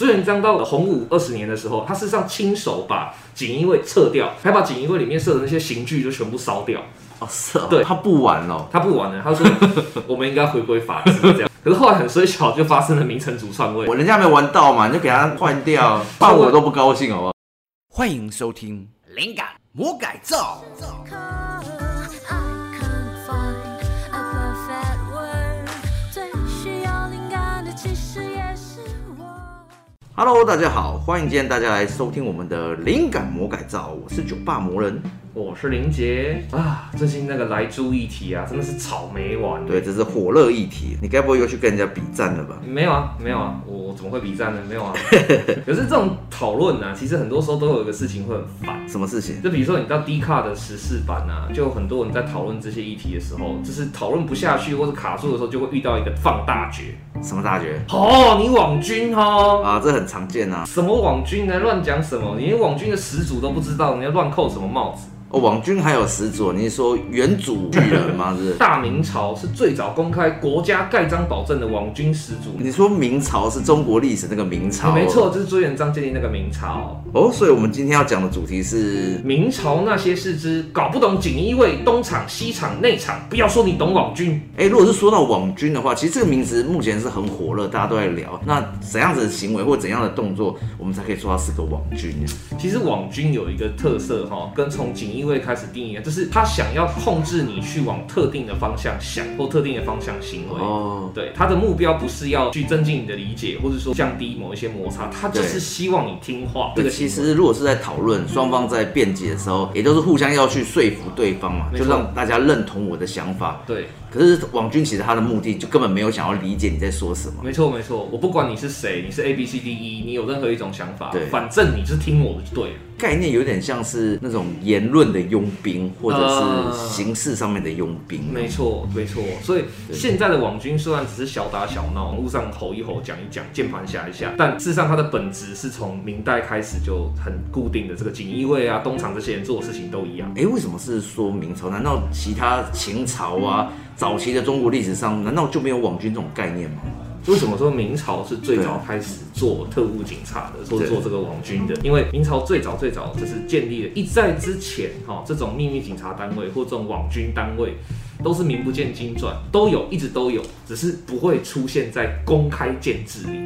朱元璋到了洪武二十年的时候，他事实上亲手把锦衣卫撤掉，还把锦衣卫里面设的那些刑具就全部烧掉。哦，是哦，对他不玩了、他不玩了，他说我们应该回归法治这样。可是后来很衰小，就发生了明成祖篡位。我人家没玩到嘛，你就给他 换掉，换我都不高兴，好不好？欢迎收听灵感魔改造。 I can't find a perfect word，最需要灵感的其实也是我。 ，Hello，大家好，欢迎今天大家来收听我们的灵感魔改造，我是酒吧魔人，我是林杰啊，最近那个莱猪议题啊，真的是草莓完。对，这是火热议题，你该不会又去跟人家比战了吧？没有啊，没有啊，我我怎么会比战呢？没有啊。可是这种讨论啊，其实很多时候都有一个事情会很烦。什么事情？就比如说你到 D 卡的时事版啊，就有很多人在讨论这些议题的时候，就是讨论不下去或者卡住的时候，就会遇到一个放大绝。什么大学？哦，你网军哦，啊，这很常见啊。什么网军呢？乱讲什么？你连网军的始祖都不知道，你要乱扣什么帽子？哦，网军还有始祖，你是说元祖巨人吗？ 是不是？大明朝是最早公开国家盖章保证的网军始祖，哎你说明朝是中国历史那个明朝？啊没错，。就是朱元璋建立那个明朝。哦，所以我们今天要讲的主题是明朝那些事之搞不懂锦衣卫东厂西厂内厂，不要说你懂网军，哎，如果是说到网军的话，其实这个名词目前是很火热，大家都在聊。那怎样子的行为或怎样的动作，我们才可以说他是个网军？其实网军有一个特色哈、跟从锦衣卫开始定义，就是他想要控制你去往特定的方向想或特定的方向行为。哦，对，他的目标不是要去增进你的理解，或者说降低某一些摩擦，他就是对希望你听话。这这个个其行为实如果是在讨论双方在辩解的时候，也就是互相要去说服对方嘛，没就错让大家认同我的想法。对，可是网军其实他的目的就根本没有想要理解你在说什么。没错没错。我不管你是谁，你是 A B C D E，你有任何一种想法对，反正你就听我的就对了。概念有点像是那种言论的佣兵，或者呃是形式上面的佣兵。没错，没错。所以现在的网军虽然只是小打小闹，网络上吼一吼、讲一讲、键盘侠一下，但事实上它的本质是从明代开始就很固定的。这个锦衣卫啊、东厂这些人做的事情都一样。哎、为什么是说明朝？难道其他秦朝啊，嗯早期的中国历史上，难道就没有网军这种概念吗？为什么说明朝是最对早开始做特务警察的，说对做这个网军的？因为明朝最早最早就是建立了，一在之前哈、这种秘密警察单位或这种网军单位。都是名不见经传，都有，一直都有，只是不会出现在公开建制里。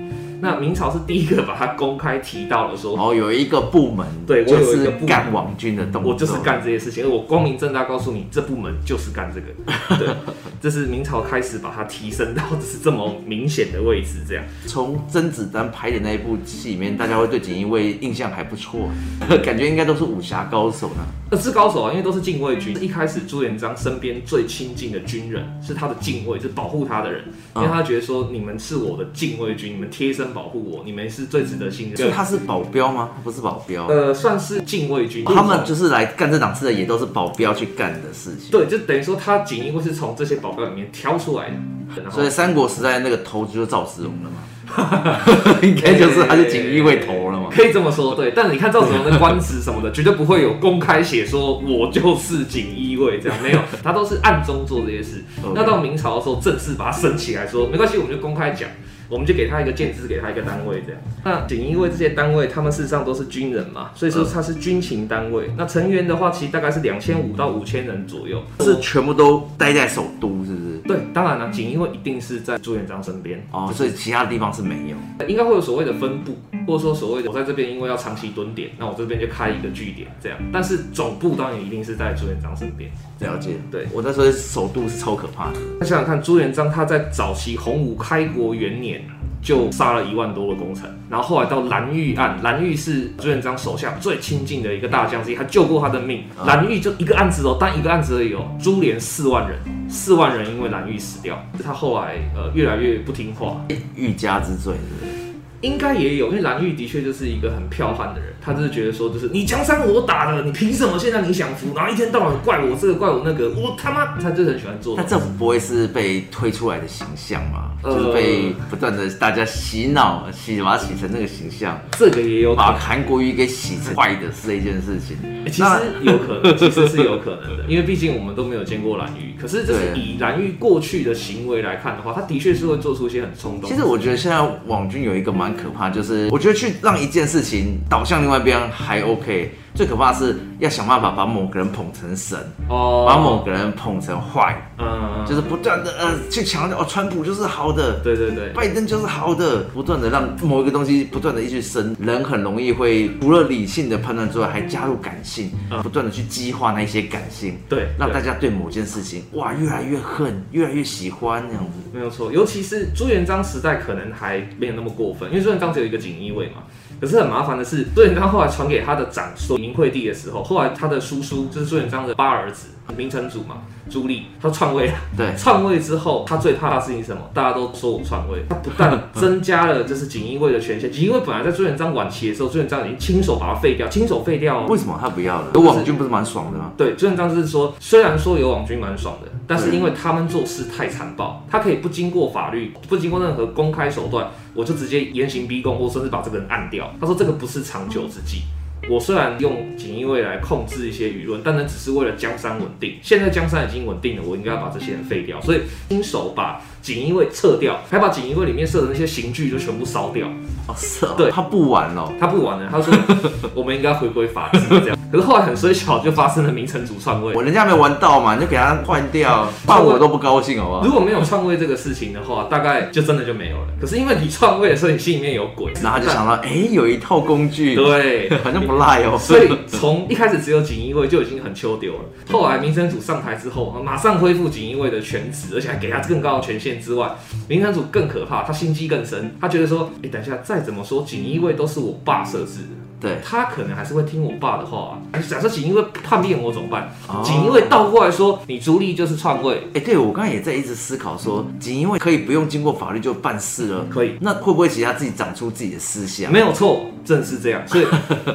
那明朝是第一个把它公开提到了说然后哦有一个部门，对我就有一是个部门干网军的动作，我就是干这些事情，而我光明正大告诉你，这部门就是干这个。对，这是明朝开始把它提升到就是这么明显的位置，这样。从甄子丹拍的那一部戏里面，大家会对锦衣卫印象还不错，嗯感觉应该都是武侠高手呢。那是高手啊，因为都是禁卫军。一开始朱元璋身边最亲近的军人是他的禁卫，是保护他的人，因嗯为他觉得说你们是我的禁卫军，你们贴身保护我，你们是最值得信任所以的。他是保镖吗？不是保镖，呃，算是禁卫军，他们就是来干这档次的，也都是保镖去干的事情。对，就等于说他锦衣卫是从这些保镖里面挑出来的，然后所以三国时代那个头就是赵子龙 了嘛，应该就是他是锦衣卫头了嘛。可以这么说，对。但你看赵子龙的官职什么的，绝对不会有公开写说我就是锦衣卫这样，没有，他都是暗中做这些事 OK。那到明朝的时候，正式把他升起来说，没关系，我们就公开讲。我们就给他一个建制，给他一个单位这样。那锦衣卫这些单位，他们事实上都是军人嘛，所以嗯说他是军情单位。那成员的话，其实大概是两千五到五千人左右。是全部都待在首都，是不是？对，当然了，锦衣卫一定是在朱元璋身边。哦，所以其他地方是没有。应该会有所谓的分布，或者说所谓的我在这边因为要长期蹲点，那我这边就开一个据点这样。但是总部当然一定是在朱元璋身边。了解，对我那时候首都是超可怕的，那想想看，朱元璋他在早期洪武开国元年就杀了一万多个功臣，然后后来到蓝玉案，蓝玉是朱元璋手下最亲近的一个大将之一，他救过他的命。蓝玉就一个案子哦，单一个案子而已哦，株连四万人，四万人因为蓝玉死掉。他后来呃越来越不听话，欲加之罪，是不是？应该也有，因为蓝玉的确就是一个很剽悍的人，他就是觉得说，就是你江山我打的，你凭什么现在你享福？然后一天到晚怪我这个怪我那个，我他妈他就是很喜欢做那。这不会是被推出来的形象吗？呃就是被不断的大家洗脑，洗把它洗成那个形象， 这个也有可把能。韩国瑜给洗成坏的是一件事情。欸其实有可能，其实是有可能的，因为毕竟我们都没有见过蓝玉。可是，就是对以蓝玉过去的行为来看的话，他的确是会做出一些很冲动。其实我觉得现在网军有一个蛮可怕，就是我觉得去让一件事情导向另外一边还 OK，最可怕的是要想办法把某个人捧成神，哦，把某个人捧成坏，嗯，就是不断的呃去强调哦，川普就是好的，对对对，拜登就是好的，不断的让某一个东西不断的一去深，人很容易会除了理性的判断之外，还加入感性，不断的去激化那一些感性，对让对大家对某件事情哇越来越恨，越来越喜欢那样子。没有错，尤其是朱元璋时代可能还没有那么过分，因为朱元璋只有一个锦衣卫嘛。可是很麻烦的是，朱元璋后来传给他的长孙明惠帝的时候，后来他的叔叔就是朱元璋的八儿子明成祖嘛，朱棣，他篡位了。对，篡位之后，他最怕的事情是什么？大家都说我篡位，他不但增加了就是锦衣卫的权限，锦衣卫本来在朱元璋晚期的时候，朱元璋已经亲手把它废掉，亲手废掉哦、为什么他不要了？有网军不是蛮爽的吗？对，朱元璋就是说，虽然说有网军蛮爽的，但是因为他们做事太残暴，他可以不经过法律，不经过任何公开手段，我就直接严刑逼供，或甚至把这个人按掉。他说这个不是长久之计。我虽然用锦衣卫来控制一些舆论，但那只是为了江山稳定。现在江山已经稳定了，我应该要把这些人废掉，所以亲手把锦衣卫撤掉，还把锦衣卫里面设的那些刑具就全部烧掉。哦，是哦，对他不玩了。他不玩了，他说 我们应该回归法治这样。可是后来很衰小，就发生了明成祖篡位。我人家没玩到嘛，你就给他换掉，换我都不高兴好不好如？果没有篡位这个事情的话，大概就真的就没有了。可是因为你篡位了，所以你心里面有鬼，然后他就想到，哎、有一套工具， 对，反正不赖哦。所以从一开始只有锦衣卫就已经很秋丢了。后来明成祖上台之后，马上恢复锦衣卫的全职，而且还给他更高的权限之外，明成祖更可怕，他心机更深，他觉得说，哎、等一下再怎么说，锦衣卫都是我爸设置的。对，他可能还是会听我爸的话、啊。假设锦衣卫叛变我怎么办哦？锦衣卫倒过来说，你朱棣就是篡位，哎、对我刚才也在一直思考说，仅因为可以不用经过法律就办事了，可以那会不会其实他自己长出自己的思嗯想，没有错，正是这样。所 以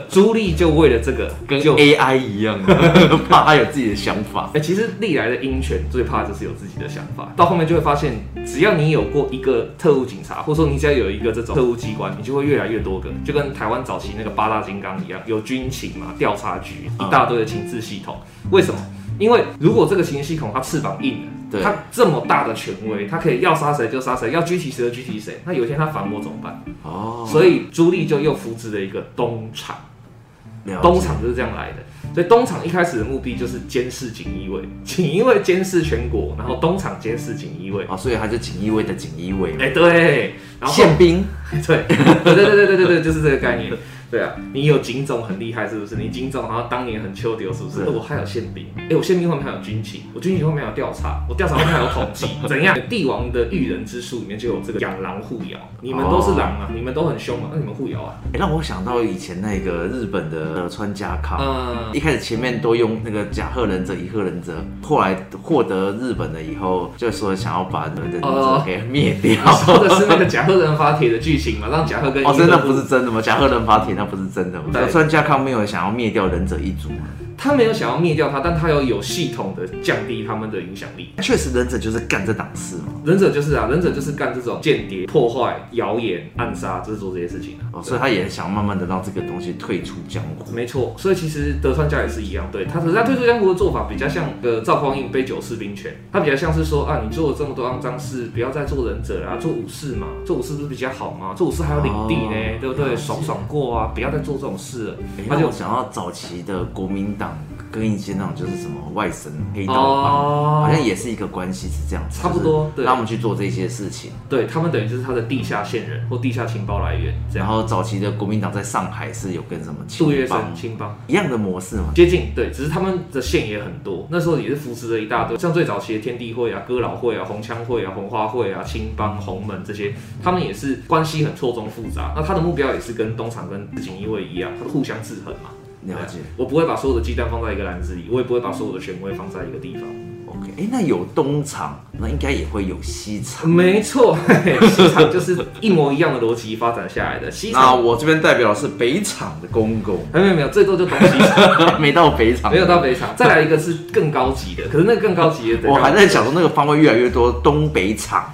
朱棣就为了这个，跟就 AI 一啊样， 怕他有自己的想法哎、。其实历来的鹰犬最怕就是有自己的想法，到后面就会发现，只要你有过一个特务警察，或者说你只要有一个这种特务机关，你就会越来越多个，就跟台湾早期那个八大金刚一样，有军情嘛、调查局，嗯一大堆的情治系统。为什么？因为如果这个情治系统它翅膀硬了对，它这么大的权威，它可以要杀谁就杀谁，要狙击谁就狙击谁，那有一天它反我怎么办？哦，所以朱棣就又扶植了一个东厂。了解东厂就是这样来的。所以东厂一开始的目的就是监视锦衣卫， 锦衣卫监视全国，然后东厂监视锦衣卫。啊，所以他就锦衣卫的锦衣卫嘛，哎、对，然后宪兵 对，对对对对对对对，就是这个概念。对啊，你有警总很厉害是不是？你警总好像当年很秋丢是不是？哦是我还有宪兵，哎、我宪兵后面还有军情，我军情后面还有调查，我调查后面还有统计，怎样？ 帝王的育人之术里面就有这个养狼互咬，你们都是狼哦啊，你们都很凶啊，那你们互咬啊，哎让我想到以前那个日本的德川家康。嗯，一开始前面都用那个甲贺忍者、乙贺忍者，后来获得日本了以后，就说想要把忍者哦给灭掉。说的是那个甲贺人发帖的剧情嘛，让甲贺跟哦，伊真的贺不是真的吗？甲贺忍法帖那不是真的吗？对德川家康没有想要灭掉忍者一族吗？他没有想要灭掉他，但他要有系统的降低他们的影响力。确实，忍者就是干这档事嘛。忍者就是啊，忍者就是干这种间谍、破坏、谣言、暗杀，就是做这些事情啊。哦，所以他也想慢慢的让这个东西退出江湖。没错，所以其实德川家也是一样，对他，可是他退出江湖的做法比较像呃赵匡胤杯酒释兵权，他比较像是说啊，你做了这么多肮脏事，不要再做忍者啊，做武士嘛，做武士不是比较好吗？做武士还有领地呢，哦对不对？爽爽过啊，不要再做这种事了。他他就就想到早期的国民党跟一些那种就是什么外省黑道帮，哦好像也是一个关系是这样子，差不多就是对让他们去做这些事情。对他们等于就是他的地下线人或地下情报来源，这样。然后早期的国民党在上海是有跟什么杜月青帮笙、青帮。一样的模式嘛？接近对，只是他们的线也很多，那时候也是扶持了一大堆，像最早期的天地会啊、哥老会啊、红枪会啊、红花会啊、青帮、红门这些，他们也是关系很错综复杂。那他的目标也是跟东厂跟锦衣卫一样，他互相制衡嘛。啊了解对啊我不会把所有的鸡蛋放在一个篮子里，我也不会把所有的权威放在一个地方。 OK，哎、那有东厂，那应该也会有西厂。没错，嘿嘿西厂就是一模一样的逻辑发展下来的。西那厂我这边代表是北厂的公公， 没有没有，最多就东西厂， 没到北厂，没有到北厂。再来一个是更高级的，可是那个更高级的，我还在想说那个方位越来越多，东北 厂、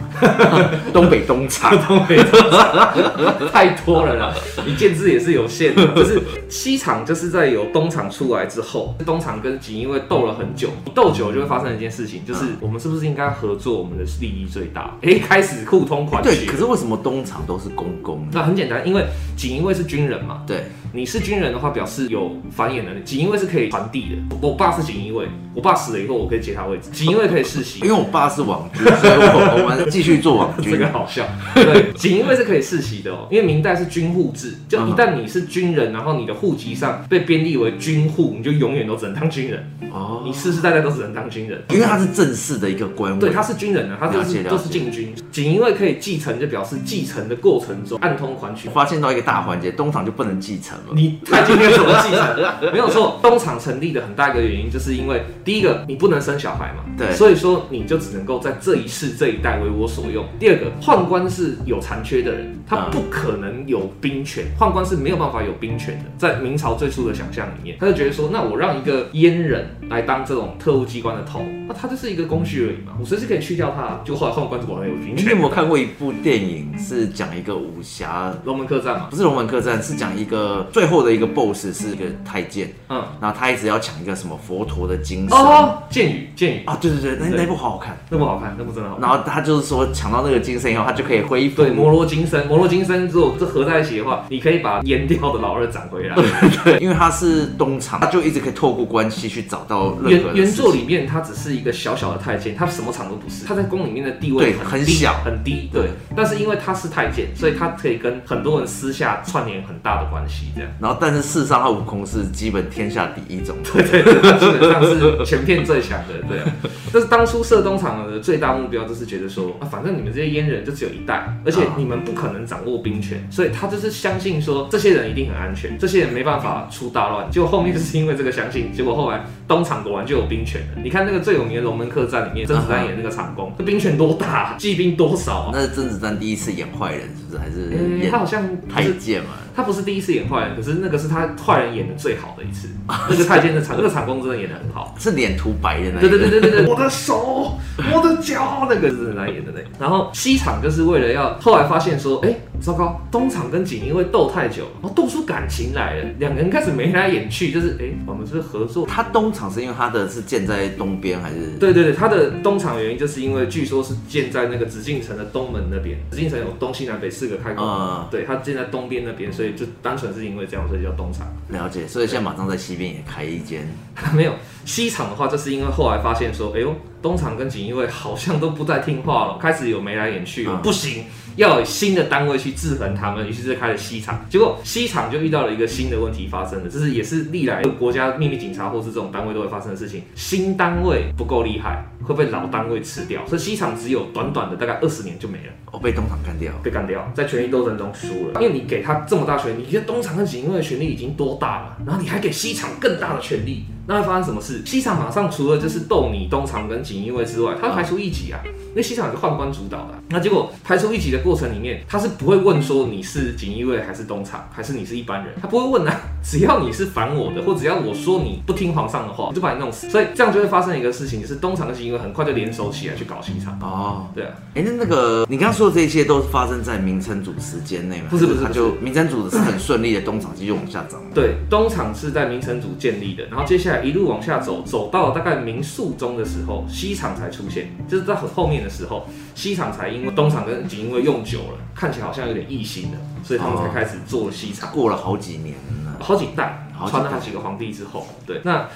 东北东厂，东北厂 太多了啦，你建制也是有限的。就是西厂，就是在有东厂出来之后，东厂跟锦衣卫斗了很久，斗久就会发生一件事情，就是嗯我们是不是应该合作？我们的利益最大，哎、开始互通款曲。对，可是为什么东厂都是公公呢？那很简单，因为锦衣卫是军人嘛，对，你是军人的话，表示有繁衍能力。锦衣卫是可以传递的。我爸是锦衣卫，我爸死了以后，我可以接他位置。锦衣卫可以世袭因为，我爸是网军，所以我 我们继续做网这军个。好笑。对，锦衣卫是可以世袭的哦，因为明代是军户制，就一旦你是军人，然后你的户籍上被编立为军户，你就永远都只能当军人，哦，你世世代代都只能当军人。因为他是正式的一个官位，对，他是军人啊，他就嗯了解是了解都是进军。锦衣卫可以继承，就表示继承的过程中暗通款曲我。发现到一个大环节，东厂就不能继承了。你 太今天怎么继 承？没有错，东厂成立的很大一个原因，就是因为第一个你不能生小孩嘛，对所以说你就只能够在这一世这一代为我所用。第二个，宦官是有残缺的人，他嗯不可能有兵权，宦官是没有办法有兵权的。在明朝最初的想象里面，他就觉得说，那我让一个阉人来当这种特务机关的头，那他就是一个工具而已嘛，我随时可以去掉他。就后来宦官怎么能有兵你有权没？有看过一部电影，是讲一个武侠，龙门客栈嘛，不是龙门客栈，是讲一个最后的一个 BOSS 是一个太监，嗯，然后他一直要抢一个什么佛陀的精神。哦，剑雨，剑雨，啊，对对对，那对那部好好看。那不好看，那不真的好看。然后他就是说抢到那个精神以后，他就可以恢复。对，摩罗金身，摩罗金身之后这合在一起的话，你可以把阉掉的老二长回来。对，因为他是东厂，他就一直可以透过关系去找到任原何的原事作情里面他只是一个小小的太监，他什么场都不是，他在宫里面的地位对低很小嗯很低。对对，但是因为他是太监，所以他可以跟很多人私下串联很大的关系，这样。然后，但是事实上，他悟空是基本天下第一种。对对对，他基本上是全片最强的， 对啊。但是当初设东厂的最大目标就是觉得说，啊，反正你们这些阉人就只有一代，而啊且你们不可能掌握兵权，所以他就是相信说这些人一定很安全，这些人没办法出大乱。结果后面就是因为这个相信，结果后来东厂果然就有兵权了。你看那个最有名的《龙门客栈》里面，甄子丹演那个厂啊公，这兵权多大，骑兵多少啊？那是甄子丹第一次演坏人，是不是？还是诶嗯演他好像不太是监嘛？他不是第一次演坏人，可是那个是他坏人演的最好的一次。那个太监的厂，那个厂公真的演的很好。是脸涂白的那一对个。对对对对对，我的手，我的脚，那个是来演的那个。然后西厂就是为了要，后来发现说，哎、糟糕，东厂跟锦衣卫斗太久了，然后斗出感情来了，两个人开始眉来眼去，就是哎、我们是不是合作。他东厂是因为他的是建在东边还是？对对对，它的东厂原因就是因为据说是建在那个紫禁城的东门那边，紫禁城有东西南北四个开口，嗯对，它建在东边那边，所以就单纯是因为这样，所以叫东厂。了解。所以现在马上在西边也开一间。 没有西厂的话，就是因为后来发现说，哎呦，东厂跟锦衣卫好像都不再听话了，开始有眉来眼去了，嗯不行，要有新的单位去制衡他们，于是就开了西厂。结果西厂就遇到了一个新的问题发生了，这是也是历来国家秘密警察或是这种单位都会发生的事情，新单位不够厉害，会被老单位吃掉，所以西厂只有短短的大概二十年就没了。哦，被东厂干掉。被干掉，在权力斗争中输了，因为你给他这么大权力，你觉得东厂跟锦衣卫的权力已经多大了，然后你还给西厂更大的权力，那会发生什么事？西厂马上除了就是斗你东厂跟锦衣卫之外，他排除异己啊，因为西厂是宦官主导的啊、那结果排除异己的过程里面，他是不会问说你是锦衣卫还是东厂，还是你是一般人，他不会问啊，只要你是反我的，或只要我说你不听皇上的话，我就把你弄死。所以这样就会发生一个事情，就是东厂跟锦衣卫很快就联手起来去搞西厂。哦，对啊，哎，那那个你刚刚说的这些都是发生在明成祖时间内吗？不是不是他就明成祖是很顺利的，东厂继续往下涨。对，东厂是在明成祖建立的，然后接下来一路往下走，走到大概明肃宗的时候，西厂才出现，就是在很后面的时候，西厂才因为东厂跟锦衣卫用久了，看起来好像有点异心了，所以他们才开始做西厂。过了好几年了呢。好几代，好几代传了好几个皇帝之后，对，那。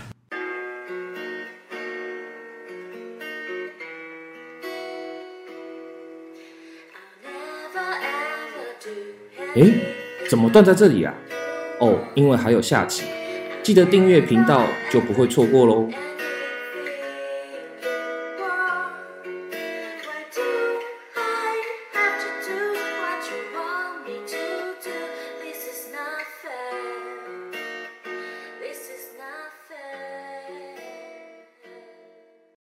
诶，怎么断在这里啊？哦，因为还有下集，记得订阅频道就不会错过喽。